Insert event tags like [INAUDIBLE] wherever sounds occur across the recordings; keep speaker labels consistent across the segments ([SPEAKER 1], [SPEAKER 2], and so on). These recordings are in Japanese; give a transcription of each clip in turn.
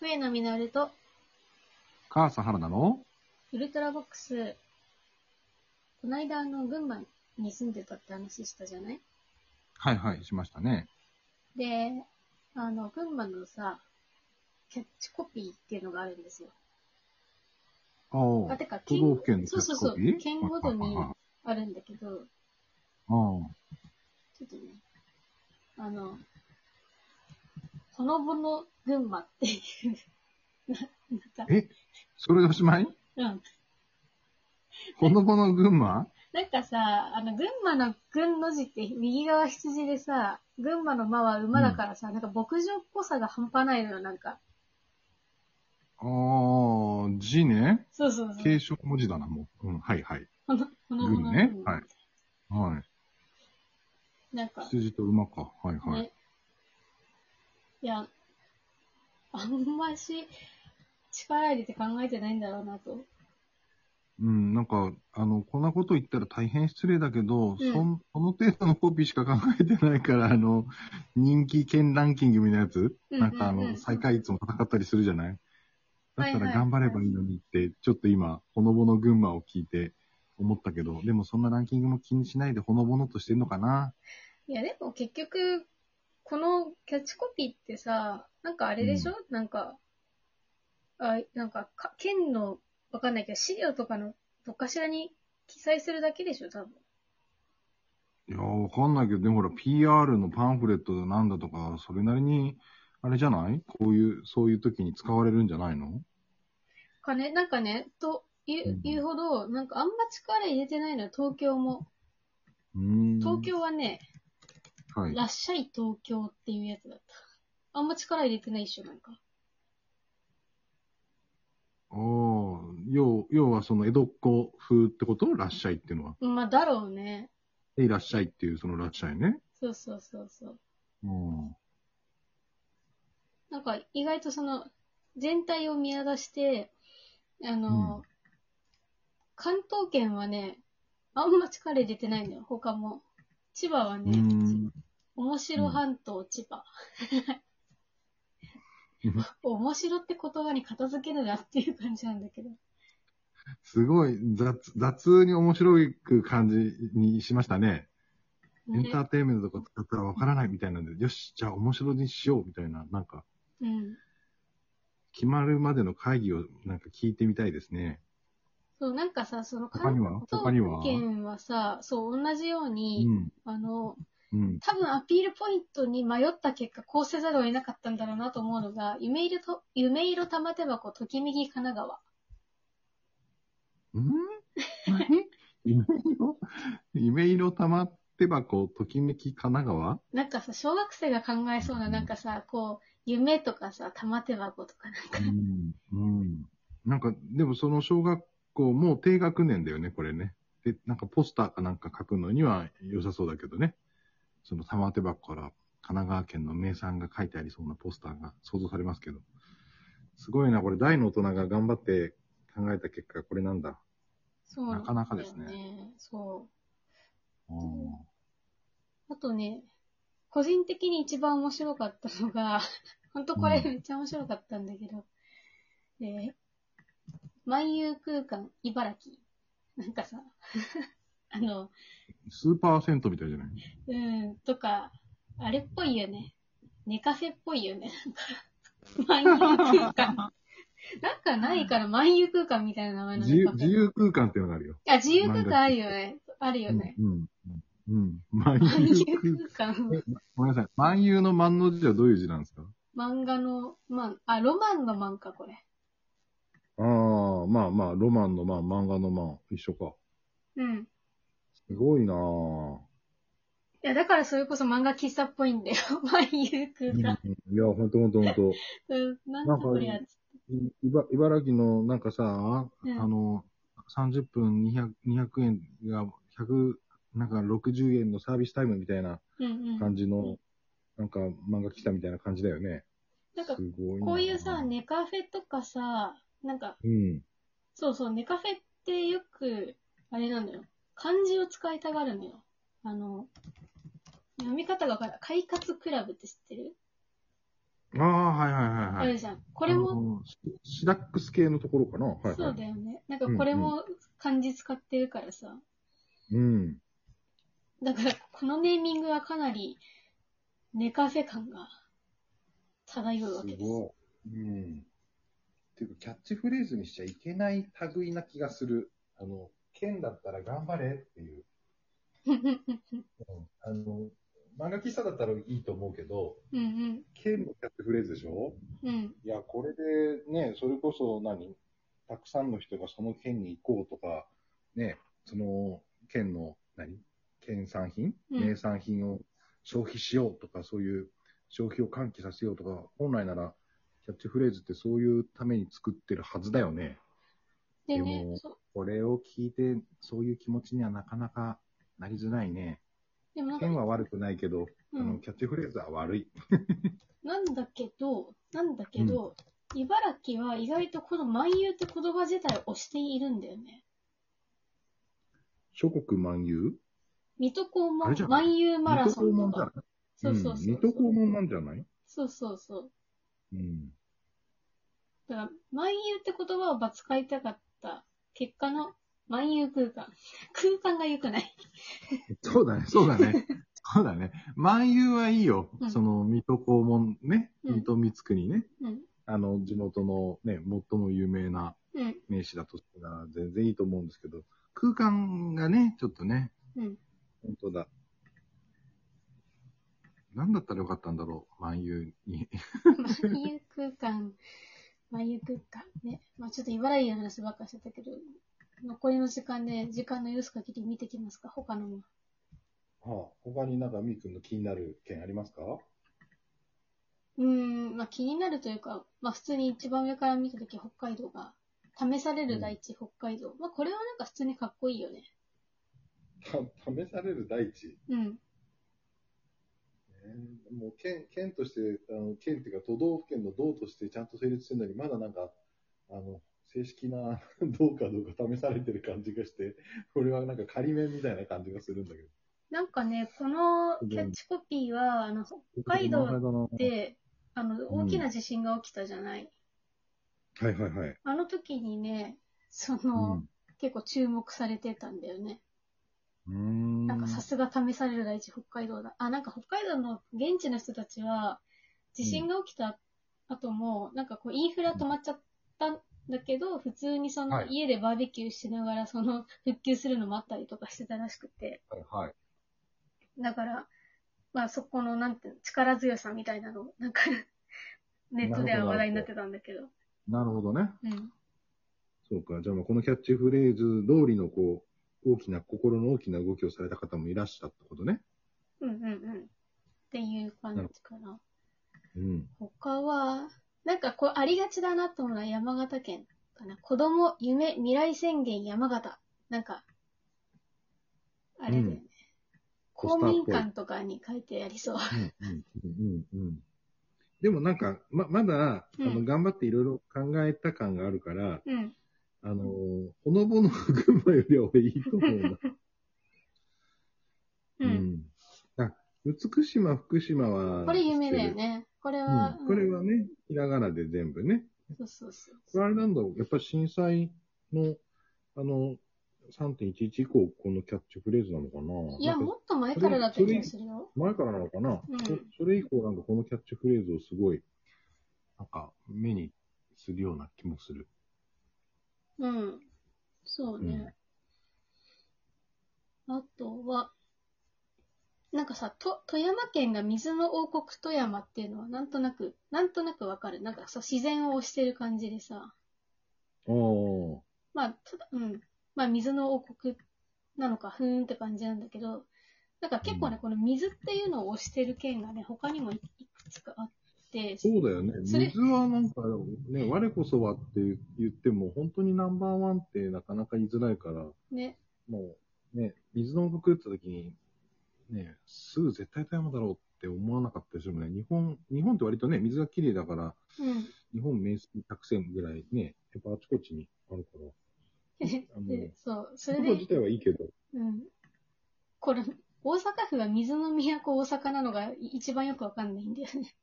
[SPEAKER 1] 上野実と、
[SPEAKER 2] 母さん原田の
[SPEAKER 1] ウルトラボックス。こないだ、あの、群馬に住んでたって話したじゃない
[SPEAKER 2] はいはい、しましたね。
[SPEAKER 1] で、あの、群馬のさ、キャッチコピーっていうのがあるんですよ。
[SPEAKER 2] ああ
[SPEAKER 1] あ、てか、
[SPEAKER 2] 都道府県の
[SPEAKER 1] そうそうそう
[SPEAKER 2] キャッチコピー、
[SPEAKER 1] 県ごとに
[SPEAKER 2] はいはいはい
[SPEAKER 1] あるんだけど、ち
[SPEAKER 2] あ
[SPEAKER 1] ょっとね、あの、ほのぼの群馬っていう、な、なんか、
[SPEAKER 2] え、それでおしまい
[SPEAKER 1] うん。
[SPEAKER 2] ほのぼの群馬
[SPEAKER 1] なんかさ、あの、群馬の群の字って右側羊でさ、群馬の間は馬だからさ、なんか牧場っぽさが半端ないのよ、なんか。
[SPEAKER 2] ああ、字ね。
[SPEAKER 1] そうそうそう。
[SPEAKER 2] 継承文字だな、もう。うん、はいはい。
[SPEAKER 1] この、この
[SPEAKER 2] 群ね。はい。。は
[SPEAKER 1] なんか
[SPEAKER 2] い。、羊と馬か。はいはい。
[SPEAKER 1] ね。いや、あんまし力入れて考えてないんだろうなと。
[SPEAKER 2] うん、なんか、あの、こんなこと言ったら大変失礼だけど、
[SPEAKER 1] うん
[SPEAKER 2] そんその程度のコピーしか考えてないから、あの、人気県ランキングみたいなやつ、
[SPEAKER 1] うん
[SPEAKER 2] なんかあ
[SPEAKER 1] うんうん
[SPEAKER 2] の、最下位いつも高かったりするじゃないだった
[SPEAKER 1] はいは
[SPEAKER 2] ら
[SPEAKER 1] い
[SPEAKER 2] 頑張ればいいのにって、ちょっと今、ほのぼの群馬を聞いて思ったけど、でもそんなランキングも気にしないでほのぼのとしてんのかない
[SPEAKER 1] や、でも結局、このキャッチコピーってさ、なんかあれでしょ、なんか、あなんかか、県の、わかんないけど、資料とかの、どっかしらに記載するだけでしょ、多分。
[SPEAKER 2] いやー、わかんないけど、でもほら、PR のパンフレットだなんだとか、それなりに、あれじゃないこういう、そういう時に使われるんじゃないの
[SPEAKER 1] かね、なんかね、と言
[SPEAKER 2] う
[SPEAKER 1] うん言うほど、なんかあんま力入れてないのよ、東京も。
[SPEAKER 2] うーん。
[SPEAKER 1] 東京はね、
[SPEAKER 2] はい。
[SPEAKER 1] らっしゃい東京っていうやつだった。あんま力入れてないっしょ、なんか。
[SPEAKER 2] おー要要はその江戸っ子風ってことらっしゃいっていうのは。
[SPEAKER 1] まあ、だろうね。
[SPEAKER 2] でいらっしゃいっていうそのらっしゃいね。
[SPEAKER 1] そうそうそうそう。
[SPEAKER 2] うん。
[SPEAKER 1] なんか、意外とその、全体を見渡して、あの、
[SPEAKER 2] うん
[SPEAKER 1] 関東圏はね、あんま力入れてないのよ、他も。千葉は
[SPEAKER 2] う
[SPEAKER 1] ね、
[SPEAKER 2] ん。
[SPEAKER 1] 面白半島、千葉。 [LAUGHS] 面白って言葉に片付けるなっていう感じなんだけど。
[SPEAKER 2] すごい雑、雑に面白い感じにしましたね。エン
[SPEAKER 1] ね
[SPEAKER 2] ターテインメントとか使ったらわからないみたいなんで、よし、じゃあ面白にしようみたいな、なんか、
[SPEAKER 1] うん。
[SPEAKER 2] 決まるまでの会議をなんか聞いてみたいですね。
[SPEAKER 1] そう、なんかさ、その
[SPEAKER 2] 他には
[SPEAKER 1] 関
[SPEAKER 2] 他には
[SPEAKER 1] 東圏はさ、そう、同じように、あの、
[SPEAKER 2] うん。うん。
[SPEAKER 1] 多分アピールポイントに迷った結果、こうせざるを得なかったんだろうなと思うのが、夢色と、夢色玉手箱、ときみぎ神奈川。
[SPEAKER 2] ん何 [LAUGHS] 夢色夢色玉手箱、ときめき神奈川
[SPEAKER 1] なんかさ、小学生が考えそうな、
[SPEAKER 2] うん
[SPEAKER 1] なんかさ、こう、夢とかさ、玉手箱とかなんか、
[SPEAKER 2] うんうんなんか、でもその小学校も低学年だよね、これね。で、なんかポスターかなんか書くのには良さそうだけどね。その玉手箱から神奈川県の名産が書いてありそうなポスターが想像されますけど。すごいな、これ大の大人が頑張って考えた結果、これなんだ。
[SPEAKER 1] そうなんだよ、
[SPEAKER 2] なかなかですね
[SPEAKER 1] そ
[SPEAKER 2] うん
[SPEAKER 1] う。あとね、個人的に一番面白かったのが、 [LAUGHS] ほんとこれ
[SPEAKER 2] うん
[SPEAKER 1] めっちゃ面白かったんだけど、えー、万有空間、茨城。なんかさ、 [LAUGHS] あの、
[SPEAKER 2] スーパー銭湯みたいじゃない
[SPEAKER 1] うん、とか、あれっぽいよね。寝カフェっぽいよね。なんか、万有空 [LAUGHS] 間。なんかないから万有空間みたいな名前の
[SPEAKER 2] 自
[SPEAKER 1] ネ
[SPEAKER 2] 由
[SPEAKER 1] カフ
[SPEAKER 2] 自
[SPEAKER 1] ェ。
[SPEAKER 2] 由空間っていうのがあるよ。
[SPEAKER 1] あ、自由空間あるよね。あるよね。
[SPEAKER 2] うん。うん。うん。
[SPEAKER 1] 万
[SPEAKER 2] 万有空間。
[SPEAKER 1] 有空間。
[SPEAKER 2] ごめんなさい。万有の万の字はどういう字なんですか
[SPEAKER 1] 漫画の、漫、あ、ロマンの漫か、これ。
[SPEAKER 2] ああ、まあまあ、ロマンのまあ、漫画のまあ、一緒か。
[SPEAKER 1] うん。
[SPEAKER 2] すごいなぁ。
[SPEAKER 1] いや、だからそれこそ漫画喫茶っぽいんだ [LAUGHS] よ。万有
[SPEAKER 2] うんい
[SPEAKER 1] 空
[SPEAKER 2] や
[SPEAKER 1] 間。、
[SPEAKER 2] ほんとほんとほんと。
[SPEAKER 1] うん、なんだこりゃ。
[SPEAKER 2] いいば茨城のなんかさ、
[SPEAKER 1] うん
[SPEAKER 2] あの、30分 200, 200円が100、なんか60円のサービスタイムみたいな
[SPEAKER 1] うんうん。
[SPEAKER 2] 感じの、なんか漫画喫茶みたいな感じだよね。
[SPEAKER 1] なんか
[SPEAKER 2] す、ごいなぁ
[SPEAKER 1] こういうさ、ネカフェとかさ、なんか、
[SPEAKER 2] うん。
[SPEAKER 1] そうそう、ネカフェってよく、あれなんだよ。漢字を使いたがるのよ。あの、読み方がわからない。快活クラブって知ってる
[SPEAKER 2] ああ、はいはいはい
[SPEAKER 1] あ
[SPEAKER 2] はい。
[SPEAKER 1] るじゃん。これも、
[SPEAKER 2] あのシ、シダックス系のところかな。はい、はい。
[SPEAKER 1] そうだよね。なんかこれも漢字使ってるからさ。
[SPEAKER 2] うん。
[SPEAKER 1] だから、このネーミングはかなり、寝カフェ感が漂うわけです。
[SPEAKER 2] い。うん。ていうか、キャッチフレーズにしちゃいけない類な気がする。あの、剣だったら頑張れっていう。うん、あの、漫画喫茶だったらいいと思うけど、
[SPEAKER 1] うんうん。
[SPEAKER 2] 剣のキャッチフレーズでしょ
[SPEAKER 1] うん。
[SPEAKER 2] いや、これでね、それこそ何たくさんの人がその県に行こうとか、ね、その県の何県産品、
[SPEAKER 1] うん
[SPEAKER 2] 名産品を消費しようとか、そういう消費を喚起させようとか、本来ならキャッチフレーズってそういうために作ってるはずだよね。
[SPEAKER 1] で
[SPEAKER 2] で
[SPEAKER 1] ね、
[SPEAKER 2] も
[SPEAKER 1] そう。
[SPEAKER 2] これを聞いて、そういう気持ちにはなかなかなりづらいね。
[SPEAKER 1] でもなんか
[SPEAKER 2] 県、は悪くないけど、
[SPEAKER 1] う
[SPEAKER 2] あの
[SPEAKER 1] ん。
[SPEAKER 2] キャッチフレーズは悪い。
[SPEAKER 1] なんだけど、なんだけど、茨城は意外とこの万有って言葉自体を推しているんだよね。
[SPEAKER 2] 諸国万有
[SPEAKER 1] 水戸黄
[SPEAKER 2] あ
[SPEAKER 1] 門
[SPEAKER 2] れじゃ、ない
[SPEAKER 1] 万有マラソン
[SPEAKER 2] 水戸黄門
[SPEAKER 1] と
[SPEAKER 2] じゃ
[SPEAKER 1] か。
[SPEAKER 2] な
[SPEAKER 1] そう
[SPEAKER 2] い
[SPEAKER 1] そうそう。
[SPEAKER 2] ん、水戸黄門なんじゃない
[SPEAKER 1] そうそうそう。
[SPEAKER 2] うん。
[SPEAKER 1] だから、万有って言葉をば使いたかった結果の万有空間。 [LAUGHS] 空間が良くない。
[SPEAKER 2] そうだね、そう
[SPEAKER 1] [LAUGHS]
[SPEAKER 2] だね。そうだね。万有はいいよ。
[SPEAKER 1] うん
[SPEAKER 2] その、水戸黄門ね。
[SPEAKER 1] うん
[SPEAKER 2] 水戸光圀ね。
[SPEAKER 1] うん。
[SPEAKER 2] あの、地元のね、最も有名な
[SPEAKER 1] うん。
[SPEAKER 2] 名士だとしたら全然いいと思うんですけど、空間がね、ちょっとね、
[SPEAKER 1] うん。
[SPEAKER 2] 本当だ。なんだったらよかったんだろう、万有に。
[SPEAKER 1] 万有空間。 [LAUGHS] 万有空間。ね。まあちょっと茨城の話ばっかりしてたけど、残りの時間で、時間の許す限り見てきますか、他のも。
[SPEAKER 2] [LAUGHS] はあ、他になんかみーくんの気になる件ありますか
[SPEAKER 1] うーん、まあ気になるというか、まあ普通に一番上から見たとき北海道が、試される大地、北海道。まあこれはなんか普通にかっこいいよね。
[SPEAKER 2] 試される大地。
[SPEAKER 1] うん。
[SPEAKER 2] ねもう県県としてあの、県っていうか都道府県の道としてちゃんと成立してるのに、まだなんか、あの正式な [LAUGHS] 道かどうか試されてる感じがして、これはなんか仮面みたいな感じがするんだけど。
[SPEAKER 1] なんかね、このキャッチコピーは、あの、北海道で、あの、
[SPEAKER 2] ん
[SPEAKER 1] 大きな地震が起きたじゃない。
[SPEAKER 2] はいはいはい。
[SPEAKER 1] あの時にね、そうの、
[SPEAKER 2] ん
[SPEAKER 1] 結構注目されてたんだよね。
[SPEAKER 2] うーん。
[SPEAKER 1] なんかさすが試される大地北海道だ。あ、なんか北海道の現地の人たちは、地震が起きた後も、なんかこうインフラ止まっちゃったんだけど、普通にそ
[SPEAKER 2] は
[SPEAKER 1] の
[SPEAKER 2] い
[SPEAKER 1] 家でバーベキューしながらその復旧するのもあったりとかしてたらしくて。
[SPEAKER 2] はいはい。
[SPEAKER 1] だから、まあそこのなんていうの力強さみたいなの、なんかネットでは話題になってたんだけど。
[SPEAKER 2] なるほどね。
[SPEAKER 1] うん。
[SPEAKER 2] そうか。じゃあ、このキャッチフレーズ通りの、こう、大きな、心の大きな動きをされた方もいらっしゃったことね。
[SPEAKER 1] うんうんうん。っていう感じかな。
[SPEAKER 2] うん。
[SPEAKER 1] 他は、なんかこうありがちだなと思うのは山形県かな。子供、夢、未来宣言山形。なんか、あれだよね。
[SPEAKER 2] うん
[SPEAKER 1] 公民館とかに書いてありそう。
[SPEAKER 2] うんうんうんうんでもなんか、ま、まだ、あ
[SPEAKER 1] う
[SPEAKER 2] の、
[SPEAKER 1] ん
[SPEAKER 2] 頑張っていろいろ考えた感があるから、
[SPEAKER 1] うん。
[SPEAKER 2] あのー、ほのぼの群馬よりは俺いいと思うな。
[SPEAKER 1] うん。
[SPEAKER 2] あ、美島、福島は。
[SPEAKER 1] これ夢だよね。これ
[SPEAKER 2] 知ってる。
[SPEAKER 1] は、
[SPEAKER 2] うん。これはね、ひらがなで全部ね。
[SPEAKER 1] うん。そうそうそう。
[SPEAKER 2] これあれなんだろう。やっぱり震災の、あの、3.11以降、このキャッチフレーズなのかない
[SPEAKER 1] や、
[SPEAKER 2] なん
[SPEAKER 1] も
[SPEAKER 2] か
[SPEAKER 1] っと前からだった気がするよ。
[SPEAKER 2] 前からなのかな、
[SPEAKER 1] うん
[SPEAKER 2] そそれ以降、なんかこのキャッチフレーズをすごい、なんか、目にするような気もする。
[SPEAKER 1] うん。そうね。あとは、なんかさ、と、富山県が水の王国富山っていうのはなんとなく、なんとなくわかる。なんかそう、自然を推してる感じでさ、
[SPEAKER 2] ああ。
[SPEAKER 1] まあ、ただ、うん。まあ、水の王国なのか、ふーんって感じなんだけど、なんか結構ね、
[SPEAKER 2] うん
[SPEAKER 1] この水っていうのを推してる県がね、他にもいいくつかあって、
[SPEAKER 2] そうだよね。
[SPEAKER 1] それ
[SPEAKER 2] 水はなんかね、我こそはって言っても、本当にナンバーワンってなかなか言いづらいから、
[SPEAKER 1] ね、
[SPEAKER 2] もうね、水の王国って言った時に、ね、すぐ絶対富山だろうって思わなかったりするもんね。日本、日本って割とね、水が綺麗だから、
[SPEAKER 1] うん。
[SPEAKER 2] 日本名水百選ぐらいね、やっぱあちこちにあるから、あの
[SPEAKER 1] [LAUGHS] でそう、それ
[SPEAKER 2] そこ
[SPEAKER 1] で
[SPEAKER 2] 自、体はいいけど、
[SPEAKER 1] うん。これ、大阪府は水の都大阪なのがい一番よくわかんないんだよね。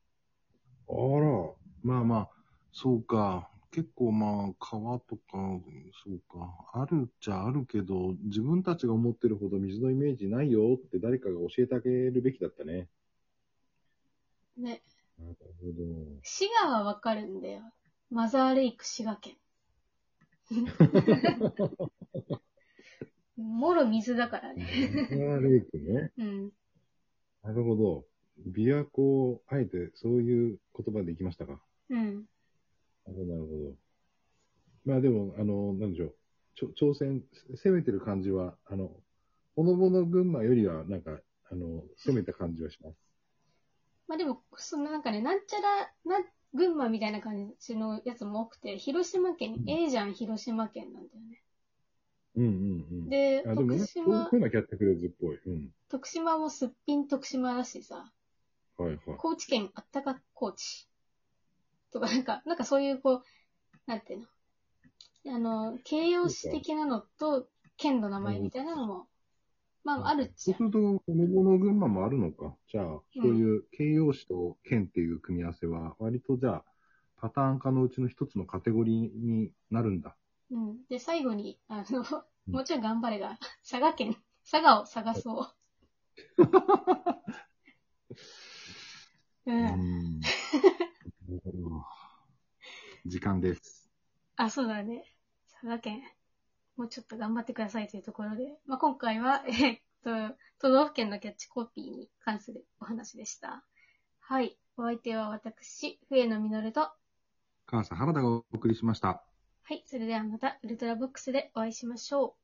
[SPEAKER 2] あら。まあまあ、そうか。結構まあ、川とか、そうか。あるっちゃあるけど、自分たちが思ってるほど水のイメージないよって誰かが教えてあげるべきだったね。
[SPEAKER 1] ね。
[SPEAKER 2] なるほど。
[SPEAKER 1] 滋賀はわかるんだよ。マザーレイク滋賀
[SPEAKER 2] [LAUGHS]
[SPEAKER 1] 県。もろ水だからね。
[SPEAKER 2] マザーレイクね。
[SPEAKER 1] うん。
[SPEAKER 2] なるほど。琵琶湖を、あえてそういう言葉でいきましたか。
[SPEAKER 1] うん。
[SPEAKER 2] なるほど、なるほど。まあでも、あの、なんでしょう。ちょ挑戦、攻めてる感じは、あの、ほのぼの群馬よりは、なんか、あの、攻めた感じはします。
[SPEAKER 1] まあでも、そのなんかね、なんちゃら、な、群馬みたいな感じのやつも多くて、広島県、
[SPEAKER 2] うん
[SPEAKER 1] ええじゃん、広島県なんだよね。
[SPEAKER 2] うんうんうん。
[SPEAKER 1] で、
[SPEAKER 2] あ、でも
[SPEAKER 1] 徳
[SPEAKER 2] ね、そう
[SPEAKER 1] 島
[SPEAKER 2] こう、いうのはキャッチフレーズっぽい。うん。
[SPEAKER 1] 徳島もすっぴん徳島だしさ、
[SPEAKER 2] はいはい。
[SPEAKER 1] 高知県あったか高知とか、なんか、なんかそういうこう、なんていうの、あの、形容詞的なのと、県の名前みたいなのも、まああるっち
[SPEAKER 2] そう
[SPEAKER 1] ゃ
[SPEAKER 2] す。ると、ほのぼの群馬もあるのか。じゃあ、そういう形容詞と県っていう組み合わせは、割とじゃあ、パターン化のうちの一つのカテゴリーになるんだ。
[SPEAKER 1] うん。で、最後に、あの、
[SPEAKER 2] ん
[SPEAKER 1] もうちょい頑張れが、佐賀県、佐賀を探 [LAUGHS] そう。う。
[SPEAKER 2] うんん。 [LAUGHS] なるほど時間です。
[SPEAKER 1] あ、そうだね。佐賀県、もうちょっと頑張ってくださいというところで、まあ、今回は、え [LAUGHS] ーっと、都道府県のキャッチコピーに関するお話でした。はい。お相手は私、笛野実と、は
[SPEAKER 2] 母さん、原田がお送りしました。
[SPEAKER 1] い。それではまた、ウルトラボックスでお会いしましょう。